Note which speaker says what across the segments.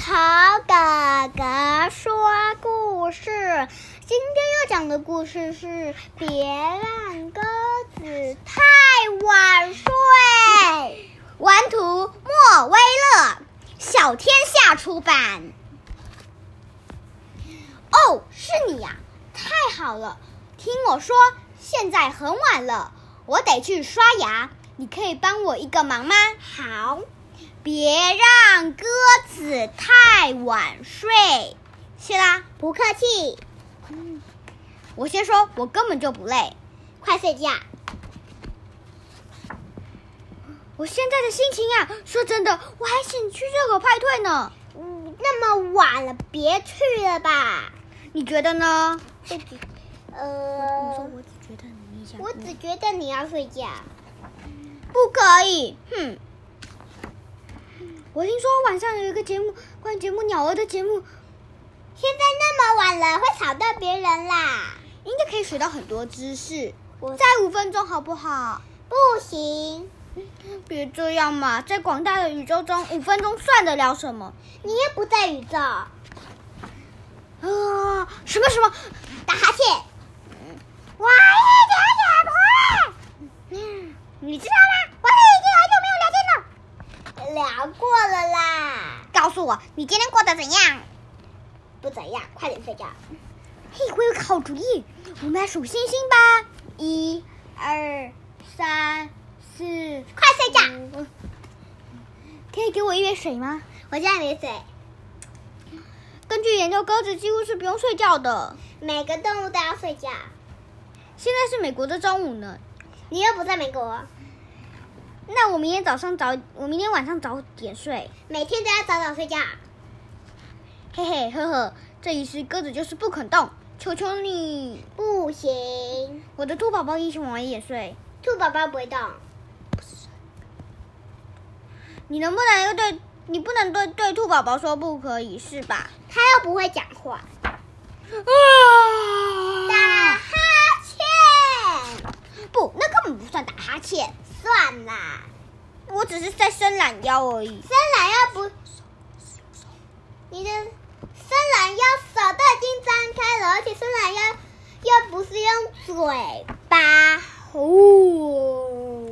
Speaker 1: 好哥哥说故事，今天要讲的故事是《别让鸽子太晚睡》。玩图莫威勒，小天下出版。哦，是你呀、太好了！听我说，现在很晚了，我得去刷牙，你可以帮我一个忙吗？好。别让鸽子太晚睡。谢啦，不客气。我先说，我根本就不累，快睡觉。我现在的心情啊，说真的，我还想去热狗派对呢。嗯，那么晚了，别去了吧。你觉得呢？呃，
Speaker 2: 我只觉得你想
Speaker 1: 我只觉得你要睡觉，不可以。哼，我听说晚上有一个节目，关于节目鸟儿的节目，现在那么晚了，会吵到别人啦。应该可以学到很多知识。
Speaker 2: 我
Speaker 1: 再五分钟好不好？不行，别这样嘛，在广大的宇宙中，五分钟算得了什么？你也不在宇宙。啊，什么什么？打哈欠。我一点也不累。你知道吗？我已经很久没有聊天了。聊过了啦。告诉我，你今天过得怎样？不怎样，快点睡觉。嘿，我有个好主意，我们来数星星吧。一、二、三、四，快睡觉。可以给我一杯水吗？我家没水。根据研究，鸽子几乎是不用睡觉的。每个动物都要睡觉。现在是美国的中午呢，你又不在美国。那我明天早上早，我明天晚上早点睡。每天都要早早睡觉。嘿嘿呵呵，这一次鸽子就是不肯动，求求你！不行，我的兔宝宝一起晚一点睡，兔宝宝不会动。你能不能又对你不能对对兔宝宝说不可以是吧？它又不会讲话。
Speaker 2: 啊，
Speaker 1: 打哈欠。不，那根本不算打哈欠。算啦，我只是在伸懒腰而已。伸懒腰不，你的伸懒腰手都已经张开了，而且伸懒腰又不是用嘴巴。哦，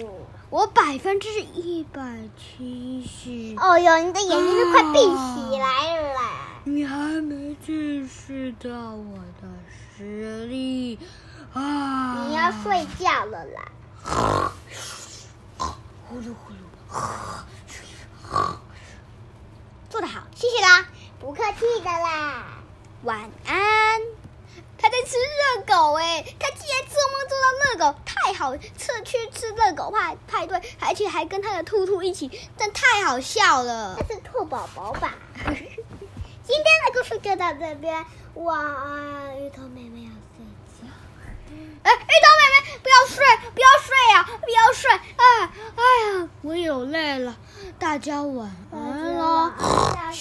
Speaker 2: 我百分之一百七十，
Speaker 1: 哦哟，你的眼睛都快闭起来了啦。
Speaker 2: 你还没见识到我的实力啊！
Speaker 1: 你要睡觉了啦。
Speaker 2: 呼噜呼噜，
Speaker 1: 做得好，谢谢啦，不客气的啦。晚安。他在吃热狗哎，他竟然做梦做到热狗，太好，吃去吃热狗派派对，而且还跟他的兔兔一起，真太好笑了。那是兔宝宝吧？ 今天的故事就到这边，晚安，芋头妹妹要睡觉。哎，芋头妹妹，不要睡，不要睡呀、不要睡！哎，
Speaker 2: 哎呀，我有累了，大家晚安喽。
Speaker 1: 了。